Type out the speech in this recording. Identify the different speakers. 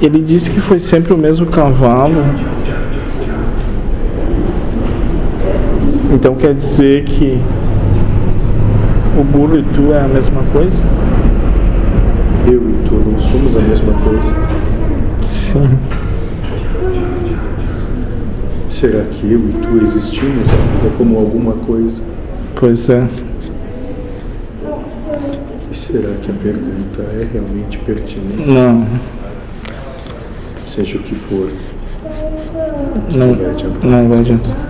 Speaker 1: Ele disse que foi sempre o mesmo cavalo. Então quer dizer que o burro e tu é a mesma coisa?
Speaker 2: Eu e tu não somos a mesma coisa.
Speaker 1: Sim.
Speaker 2: Será que eu e tu existimos ainda como alguma coisa?
Speaker 1: Pois é.
Speaker 2: E será que a pergunta é realmente pertinente?
Speaker 1: Não,
Speaker 2: Seja o que for,
Speaker 1: não,
Speaker 2: vai adiantar.
Speaker 1: não vai adiantar.